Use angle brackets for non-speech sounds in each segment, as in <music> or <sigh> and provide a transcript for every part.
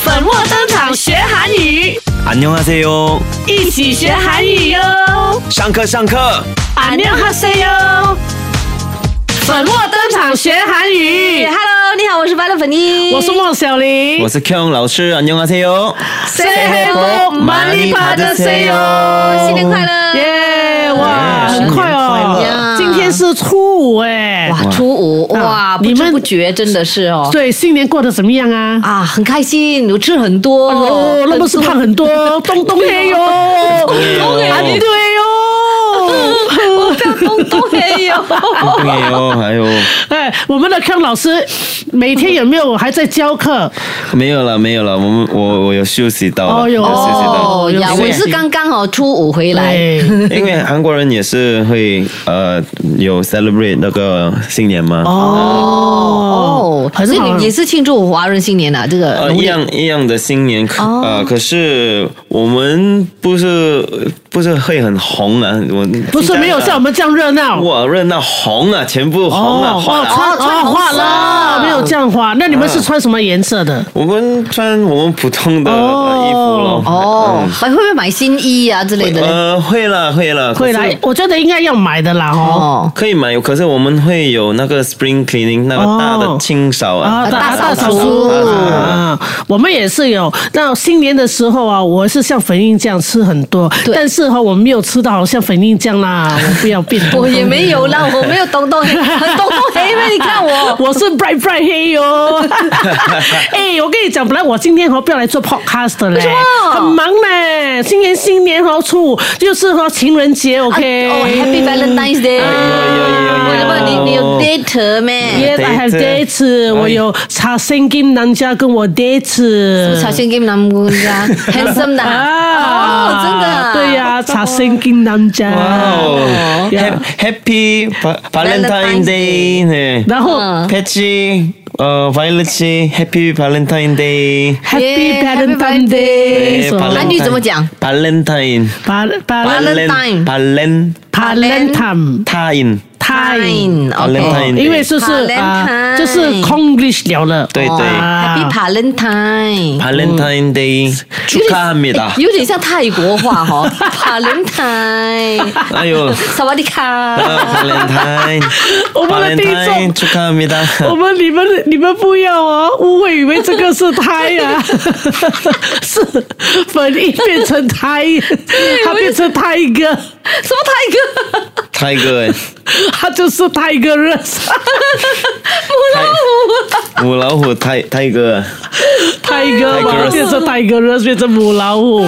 粉墨登场学韩语， 안녕하세요， 一起学韩语哟！上课上课。 안녕하세요粉墨登场学韩语，哎 Hello，你好，我是快乐粉一，哎我是孟小玲我。是 Kyung 老师，안녕하세요。 Say hello, 많이 받으세요 新年快乐！耶！哇，新很年快快哦乐，今天是初五哎。哇，初五啊哇，你不们知不觉真的是哦，对，新年过得怎么样啊？啊，很开心，我吃很多哦，那不是胖很多，东东黑哟，啊对哟。我不要 <laughs> 东东也有， <laughs> 哎呦，还有哎，我们的康老师每天有没有还在教课？没有了没有了，我们我我有休息到了，哦有有休息到。哦呀，有我是刚刚哦初五回来，对，因为韩国人也是会呃有 celebrate 那个新年嘛，哦哦，所很以好啊你也是庆祝华人新年啊，这个呃农一历样一样的新年，可哦呃可是我们不是不是会很红啊，我不是没有像我们这样热闹。哇热闹红啊，全部红啊，哦花啊穿哦穿哦红花色了，嗯没有这样花。那你们是穿什么颜色的？我们穿我们普通的呃衣服咯。哦，还会不会买新衣啊之类的呢？呃，嗯 어, 会了，会了， 어, 会可来是，我觉得应该要买的啦呃哦。 <laughs> 哦，可以买，可是我们会有那个 spring cleaning 那哦个大的清扫啊。啊，大大扫扫除除啊，我们也是有。那新年的时候啊，我是像粉印这样吃很多，对。但是哈，我没有吃到像粉印这样啦，我不要 <laughs> 变我也没有啦，我没有东东黑，很东东黑咩？你 <laughs> 看我，我是 bright bright 黑 <laughs> 哟、哎、我跟你讲，本来我今天哦不要来做 podcast 的嘞什，么很忙嘞。今年新年哦初五就是和情人节，OK？、啊哦，Happy Valentine's Day！哎呦呦呦呦我的你你有 date 咩？ Yes, I have Date dates，我有茶圣金南家跟我 dates。朝鲜 game 男姑 <laughs> 家 handsome 的啊啊哦，真的啊对呀，茶圣金南家。哇哦哦呀 Hap-，Happy Va- Valentine Valentine's Day 呢然后嗯？Patchy，呃，Violet，Happy Valentine Day。 Happy Yeah, Happy Valentine Day，哎什么 Valentine- 韩语怎么讲？Valentine。巴巴 Valentine Valen- Valentine Valentine。 Time。 OK Valentine 因为就是啊， Valentine 就是 Konglish 了了。对对啊 Happy Valentine。<laughs> Valentine Day。축하합니다。 有点像泰国话哦哈，帕伦泰，哎呦萨瓦迪卡，呃 발렌타인 <laughs> 어머나, 되게 좀- 어. 발렌타인 축하합니다 我们你们你们不要哦，误会以为这个是胎呀、啊，是粉一变成胎，他变成胎哥，什么泰哥？ 타이거 他就是胎哥热。母老虎 타이, 타이거 泰戈嘛， Tigress 变成泰戈热，变成母老虎。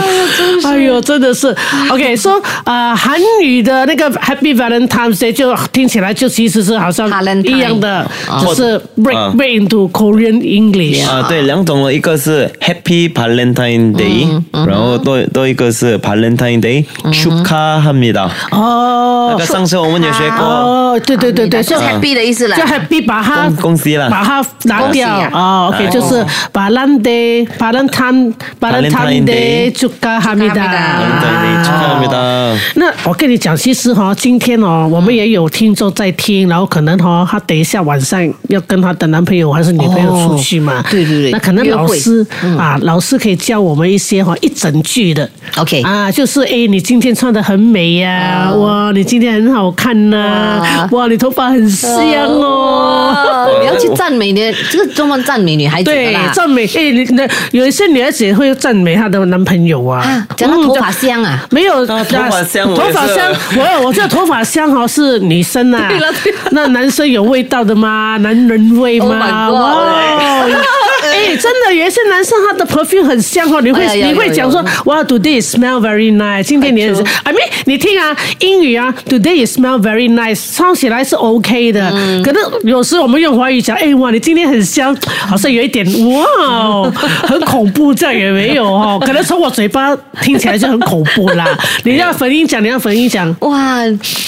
哎呦，真的是。OK，说呃，韩语的那个 Happy Valentine's Day 就听起来就其实是好像 Valentine 一样的，只是 break 啊 break into Korean English。 아, 啊，对，两种了，一个是 Happy Valentine 음, Day，、嗯嗯、然后多多一个是 Valentine Day、嗯、축하합니다。 어, 哦 아. 啊那个上次我们也学过，哦，对对对对，就就 happy 的意思啦就。happy 把它恭恭喜啦把它拿恭喜掉啊哦。OK，就是 Valentine Valentine Valentine Valentine Day Day 축하합니다。 Valentine Day 축하합니다。 那我跟你讲，其实哈、今天哦，我们也有听众在听，然后可能哈、哦，她等一下晚上要跟她的男朋友还是女朋友出去嘛，哦对对嗯对那可能约老会师、啊，老师可以教我们一些哈、一整句的。 OK，哦啊，就是哎，你今天穿的很美呀、哇，你今天很好看呐、哇，你头发很香哦，哇你要去赞美你的，这个中文赞美女孩子的对，啦。赞美哎，你那有一些女孩子也会赞美她的男朋友啊，啊，讲到嗯头发香啊，没有，啊头发香头我也是发香，我我这头发香哦是女生 <laughs> 呐、对了对了那男生有味道的吗？男人味 Oh my 吗？ God 哦 <laughs> 哎，真的有一些男生他的 perfume 很香哦，你会哎呀有你会有讲说有哇，today is smell very nice，今天你很 True ，I mean 你听啊，英语啊，today is smell very nice，唱起来是 OK 的，嗯可能有时我们用华语讲，哎哇，你今天很香，好像有一点哇 <laughs> 哦，很恐怖，这样也没有哦，可能从我嘴巴听起来就很恐怖 <laughs> 啦。你让粉英讲，你让粉英讲，哇，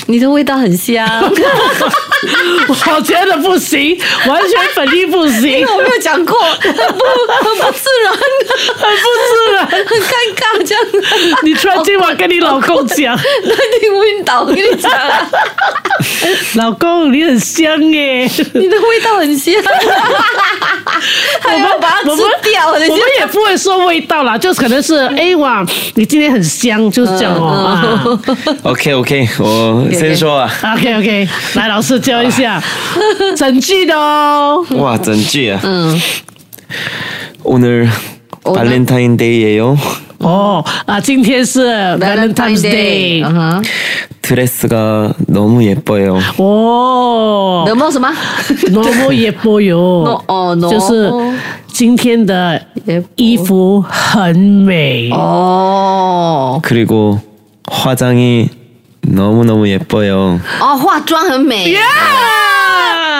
你的味道很 <laughs> 香。我觉得不行，完全粉英不行因为，我没有讲过， <laughs> 很不很不自然的，很不自然。很尴尬这样。啊你突然今晚跟你老公讲， <laughs> 那你晕倒，我跟你讲，啊老公你很香耶。哎你的味道很香，还要把它我们吃掉，嗯我们不会说味道啦，就可能是哎哇，你今天很香，就是这样哦。嗯 OK OK，我 예, 先说啊，啊 OK OK，来老师教一 <laughs> 下整句的哦。哇，整句啊，오늘 발렌타인 데이예요. 어, 아, 哦啊今天是 Valentine's Day. Uh-huh. 드레스가 너무 예뻐요. 오, The most 什么 너무 예뻐요. <laughs> No, 어, 너- 也不-就是今天的衣服很美。哦 그리고 화장이 너무 너무 예뻐요. 哦，化妆很美。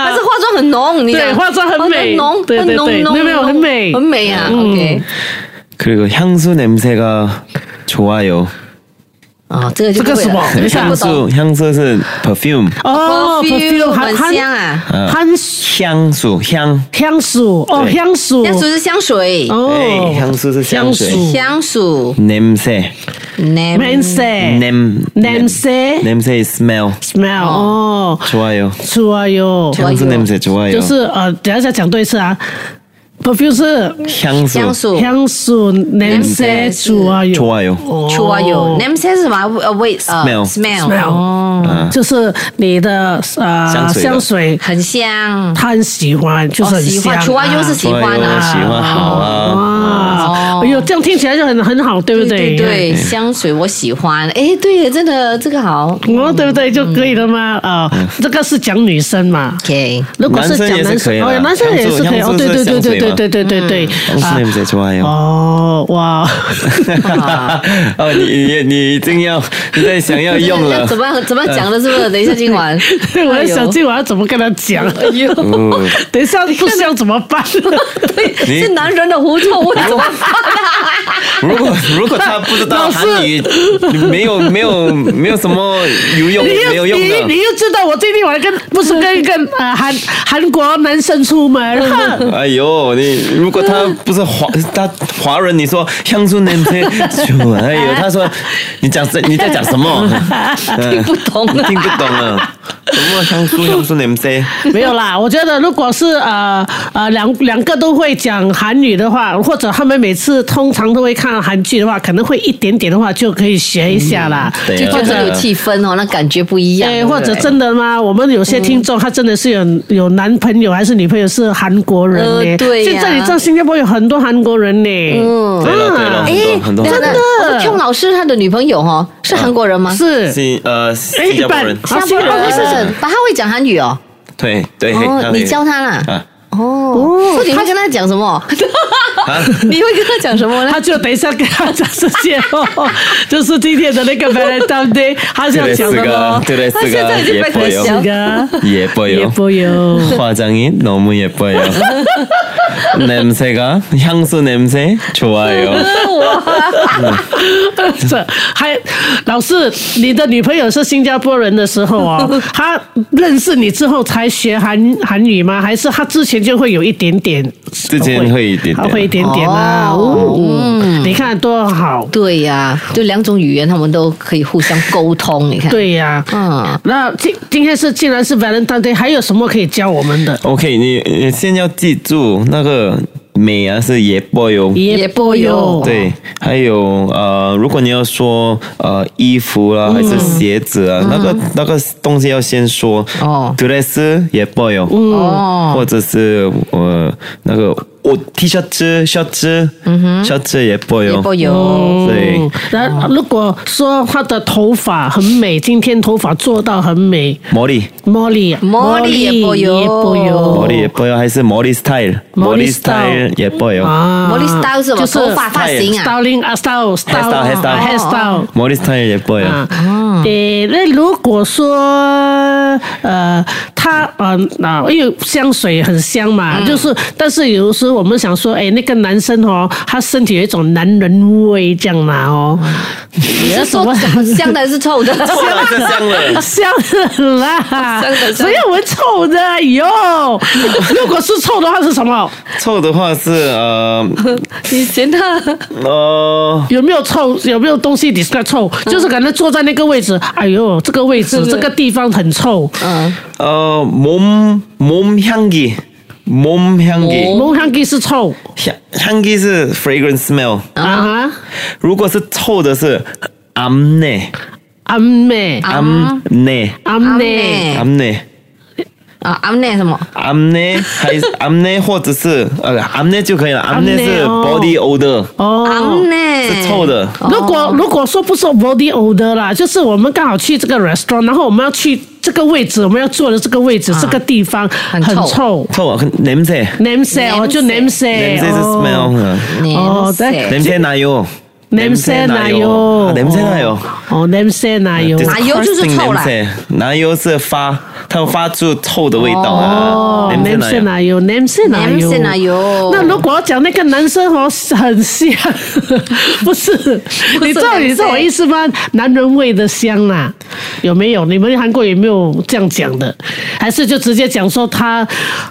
但是化妆很浓，你讲哦对化妆很美很浓，对对很浓对浓，没有没有浓很美很美啊。嗯 OK， 그리고 향수 냄새가 좋아요. 哦，这个就这个不会什么了等一下看不懂 향수 향수는 perfume 哦 perfume 很很香啊， 한한향수 향수 향. 어 네. 향수 香水是香水， 어 哎향수는 향수 향수. 香水 냄새 name 냄새 네. 냄 냄새 냄새 is smell smell 哦 좋아요. 좋아요 향수 냄새 좋아요. 就是呃等一下讲对一次啊 perfume 是 향수 香水， 향수 냄새 냄새 좋아요 좋아요. 哦错有 name 是什么？呃味呃 Smell smell smell 哦就是你的呃啊香水的香水很香，他很喜欢就是很哦喜香欢，除啊了又是喜欢啊，喜啊。欢好啊，哇，哎呦，这样听起来就很很好，对不对对？对，香水我喜欢。哎，对，真的这个好。哦，对不对就可以了吗？啊，嗯这个是讲女生嘛。 OK，如果是男生讲也是男可以生，啦哦，男生也是可以，哦，香对水对对对香水对嘛嗯对对对对， 향수 啊 냄새 <laughs> 좋아요. 哦，哇，，哦，你你你已经要你在想要用了 <laughs> 要怎么样怎么样讲的？是不是？等一下今晚 <laughs> 我哎在想今晚要怎么跟他讲，哦，等一下不笑怎么 <laughs> 办？你哎是男人的狐臭味怎么办？ <laughs> 如果如果他不知道老师韩语，没有没有没有什么有用你没又有你用啊的你。又知道我最近晚上跟不是跟一个呃韩韩国男生出门， <laughs> 哎呦，你如果他不是华，他华人，你说香椿냄새就哎呦，他说你讲什你在讲什么？听不懂啊 <laughs> 听不懂啊？什么香酥香酥냄새？ 没有啦，我觉得如果是呃呃两两个都会讲韩语的话，或者他们每次通常都会看韩剧的话，可能会一点点的话就可以学一下啦。对就啊觉得有气氛哦，那感觉不一样。对，对不或者对真的吗？我们有些听众他真的是有有男朋友还是女朋友是韩国人呢？呃对呀现在你知道新加坡有很多韩国人呢。嗯对了对了，很多很多等很一下多。那那哦 Kyung 老师他的女朋友哦是韩国人吗？哦是。新呃新一加坡般人，啊新加坡人是，但他会讲韩语哦。对对，哦，你教他他啦。啊哦，所以你会跟他讲什么？ <laughs> 你会跟他讲什么呢他？就等一下跟他讲这些哦， <laughs> 就是今天的那个 Valentine Day，他想讲的咯。 드레스가 아, 진짜 이제 드레스가 예뻐요. 백 예뻐요. 예뻐요. 화장이 너무 예뻐요. 냄새가 향수 냄새 좋아요. <laughs> 这还老师，你的女朋友是新加坡人的时候 <laughs> 哦，她认识你之后才学韩韩语吗？还是她之前就会有一点点？之前会一点点嗯她会一点点啊。哦哦，你看多好。对呀，就两种语言他们都可以互相沟通。你看，对呀、嗯那今今天是既然是 Valentine Day，还有什么可以教我们的？ OK，你你先要记住那个美啊是也不有。也也不有对，还有呃，如果你要说呃衣服啦、还是鞋子啊，那个那个东西要先说哦，dress 也不有，哦或者是呃那个我 T 恤子、short 子、short 子也不也有，不有。对嗯，那如果说她的头发很美，今天头发做到很美， 머리 茉莉，茉莉也不油也不油 머리 예뻐요. 하여튼 머리 스타일. 머리 스타일 아. 예뻐요. 啊魔力 style 是吧？就是头发发型啊， styling 啊，style style hairstyle, hairstyle 啊 hairstyle 머리 스타일 예뻐요. 啊。哦诶，那如果说呃，它呃，那因为香水很香嗯嘛，就是，但是有时候我们想说，哎，那个男生哦，他身体有一种男人味这样嘛哦，你嗯什是说么香的还是臭的？香了，香了。 <laughs> 香的啦，香的香的谁有闻臭的？哎呦，如果是臭的话是什么？ 어, 臭的话是呃呃，你嫌他 어, 有没有臭？有没有东西你是在臭？就是可能坐在那个位置，哎呦，这个 <laughs> 位置这个地方很臭。 어, 嗯 어몸몸 향기 몸 향기. 몸 蒙香鸡是臭 향 향기是 fragrance smell，啊哈，如果是臭的是암내 阿妹 아. 암내 阿妹 암내 啊，阿内什么？ 암내还是 암내或者是呃암내就可以了。암내是 암내 어. 네. 哦 body odor，阿哦。内是臭的。如果如果说不是 body odor 啦，就是我们刚好去这个 restaurant，然后我们要去这个位置，我们要坐的这个位置，这个地方啊很臭臭。臭啊， 아, 냄새， name say 哦，就 name say， 냄새是 smell，哦 응. 어, 네. 냄새나요， 냄새 나요. 아, 냄새 나요. 哦，냄새 나요. This 哪油就是臭啦 crusting 냄새，哪油是发，它发出臭的味道啊哦。，냄새 哪油 나요. 냄새 나요. 냄새 나요 啊那如果要讲那个男生哦，很香， <laughs> 不是？你知道你 냄새 知道我意思吗？男人味的香啦，有没有？你们韩国有没有这样讲的？还是就直接讲说他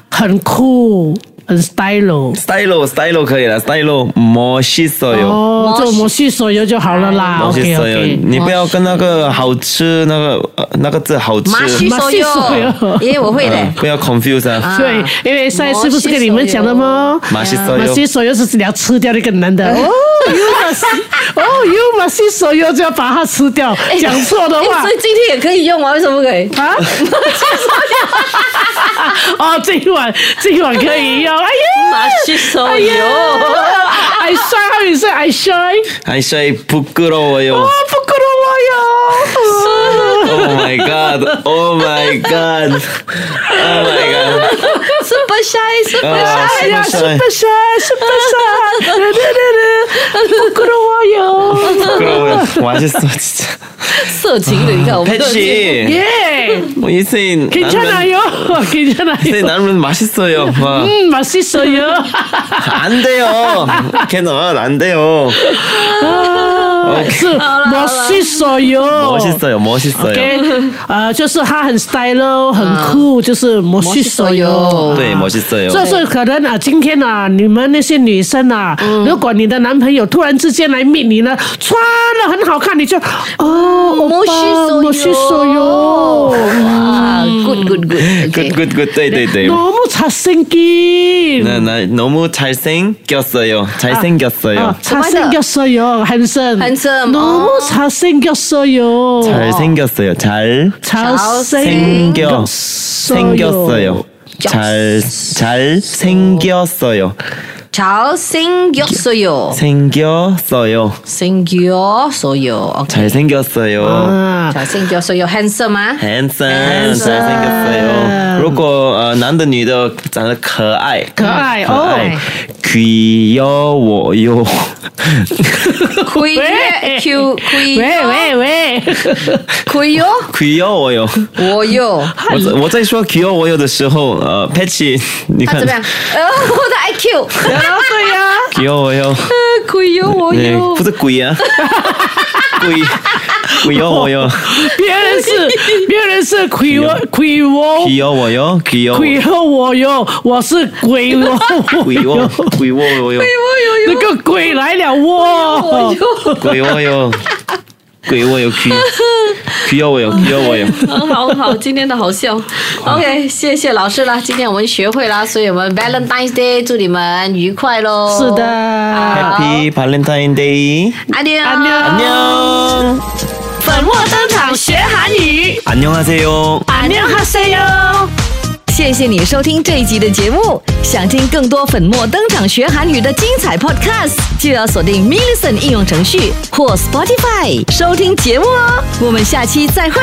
很酷，很 style？ ，style style 可以了，style 멋있어요。 哦， 멋있 就我去所有就好了啦。 멋있 ，OK 어요 OK。你不要跟那个好吃那个呃那个字好吃，马须手哟， 맛있어요 耶，我会嗯的。不要 confuse 啊。对，因为上一次不是跟你们讲的吗？马西所马西有，手又是要吃掉那个男的哎哦，又马西哦，又马西手又就要把它吃掉，讲错的哎话所以今天也可以用啊，为什么不可以？ <laughs> 啊，哦，这一碗这一碗可以用，哎呀，马须手哎呀哟， ，I shy，还是 I shy，还是부끄러워요 啊，不可能我 Oh my god! Oh my god! Oh my god! 是不下意思，不哟，啊下哎呀是不是，super shy，super shy，哒哒哒哒，不可能我哟，<laughs> 부끄러워요 맛있어 진짜. 色情的，你看我们都有见 패치. 뭐, 예， 이 세인 남면 괜찮아요， 세 괜찮아요， 남면 맛있어요. 와. 음, 맛있어요. 안 돼요. 캐논 안 돼요. 그 멋있어요. 멋있어요. 멋있어요. OK，呃，就是他很 style，很酷，就是멋있어요。 对，멋있어요 所以，所以可能啊，今天啊，你们那些女生啊，如果你的男朋友突然之间来面你呢，穿的很好看，你就哦，摩西手 멋있어요， 哇，good good good， Good good good. 네, 네, 네. 너무잘생긴 나, 나 너무 잘생겼어요. 잘생겼어요. 아, 잘생겼어요, handsome, handsome, 너무 어. 잘생겼어요. 잘생겼어요. 잘 잘생겼어요. 생겨 생겼어요. 잘, 잘 생겼어요. 超新角所有， 생겼어요. 新角所有，OK， 잘 생겼어요. 啊，超新角所有，handsome 啊吗？ handsome 잘 생겼어요. 如果呃男的女的长得可爱，可爱，可爱，哦。 귀여워요. <laughs> 亏喂 Q 亏喂喂喂，亏哟， 귀여워요. 뭐, 我哟，我在我在说 귀여워요的时候，呃 Patchy 他怎么样？呃，我的 IQ，对啊呀、 <laughs> 귀여워요. 네, 亏哟我哎哟， 네不是鬼啊，鬼，귀여워요. 别人是别人是亏我亏我 귀여워요. 亏 귀여워. 我哟，我是鬼我 <laughs> 귀여워. 귀여워요. 那个鬼来了我。哦 귀여워요. 귀여워요. 귀 귀여워요. 귀여워요. 好好，今天的好笑。OK，谢谢老师啦，今天我们学会啦，所以我们 Valentine's Day 祝你们愉快喽。是 아. 的， 해피 발렌타인 데이. 안녕 安妞， 안녕. 粉墨登场学韩语， 안녕하세요. 안녕하세요。 谢谢你收听这一集的节目。想听更多粉墨登场学韩语的精彩 podcast，就要锁定 m i l l i c e n t 应用程序或 Spotify 收听节目哦。我们下期再会。